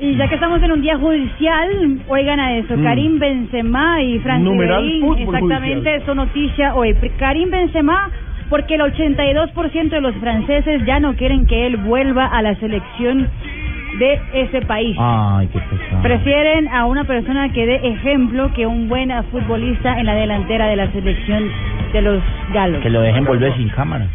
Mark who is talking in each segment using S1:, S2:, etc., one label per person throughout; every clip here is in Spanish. S1: Y ya que estamos en un día judicial, oigan a eso, Karim Benzema y Francis
S2: Mm. Numeral
S1: Berín,
S2: fútbol
S1: exactamente,
S2: judicial.
S1: eso noticia hoy. Karim Benzema, porque el 82% de los franceses ya no quieren que él vuelva a la selección de ese país.
S2: Ah,
S3: Ay, qué pesado.
S1: Prefieren a una persona que dé ejemplo que un buen futbolista en la delantera de la selección de los galos.
S3: Que lo dejen volver sin cámara.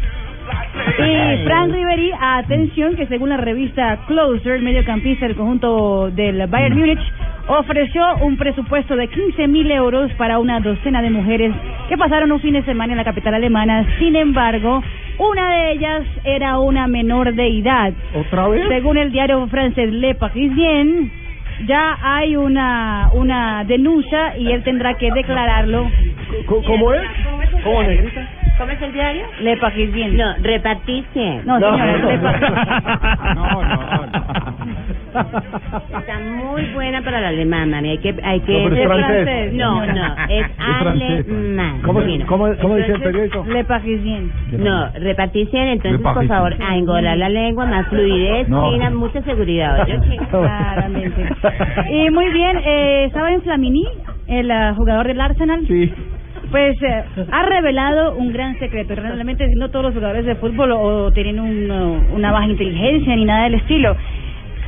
S1: Y Fran Riveri, atención, que según la revista Closer, el mediocampista del conjunto del Bayern Múnich, ofreció un presupuesto de 15 mil euros para una docena de mujeres que pasaron un fin de semana en la capital alemana. Sin embargo, una de ellas era una menor de edad.
S2: ¿Otra vez?
S1: Según el diario francés Le Parisien, ya hay una, una denuncia y él tendrá que declararlo.
S2: Co- ¿Cómo es? ¿Cómo negrita?
S4: ¿Cómo es el diario?
S1: Le Parisien.
S4: No, repartirse.
S1: No, señora,
S2: no.
S1: Le Parisien.
S2: No, no,
S4: Está muy buena para la alemana, hay que... Hay que
S2: No, pero es francés.
S4: No, no, es
S2: Es francés.
S4: alemán.
S2: ¿Cómo,
S4: Bueno,
S2: cómo, cómo dice Pues el periódico?
S1: Le Parisien.
S4: No, repartirse, entonces por
S2: Repartirse.
S4: favor, a engolar la lengua, más fluidez,
S2: No.
S4: fina, mucha seguridad. ¿oyó, chico?
S1: Claramente. Y muy bien, eh, estaba en Flamini, el ah, jugador del Arsenal.
S2: Sí.
S1: Pues eh, ha revelado un gran secreto. Realmente no todos los jugadores de fútbol o, o tienen un, o, una baja inteligencia ni nada del estilo.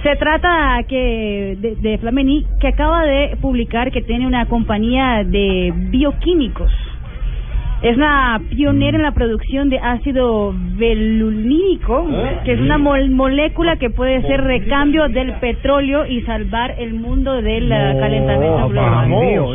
S1: Se trata que de, de Flamini, que acaba de publicar que tiene una compañía de bioquímicos. Es una pionera en la producción de ácido velulínico, que es una mol- molécula que puede ser recambio del petróleo y salvar el mundo del ah, uh, calentamiento global.
S2: vamos.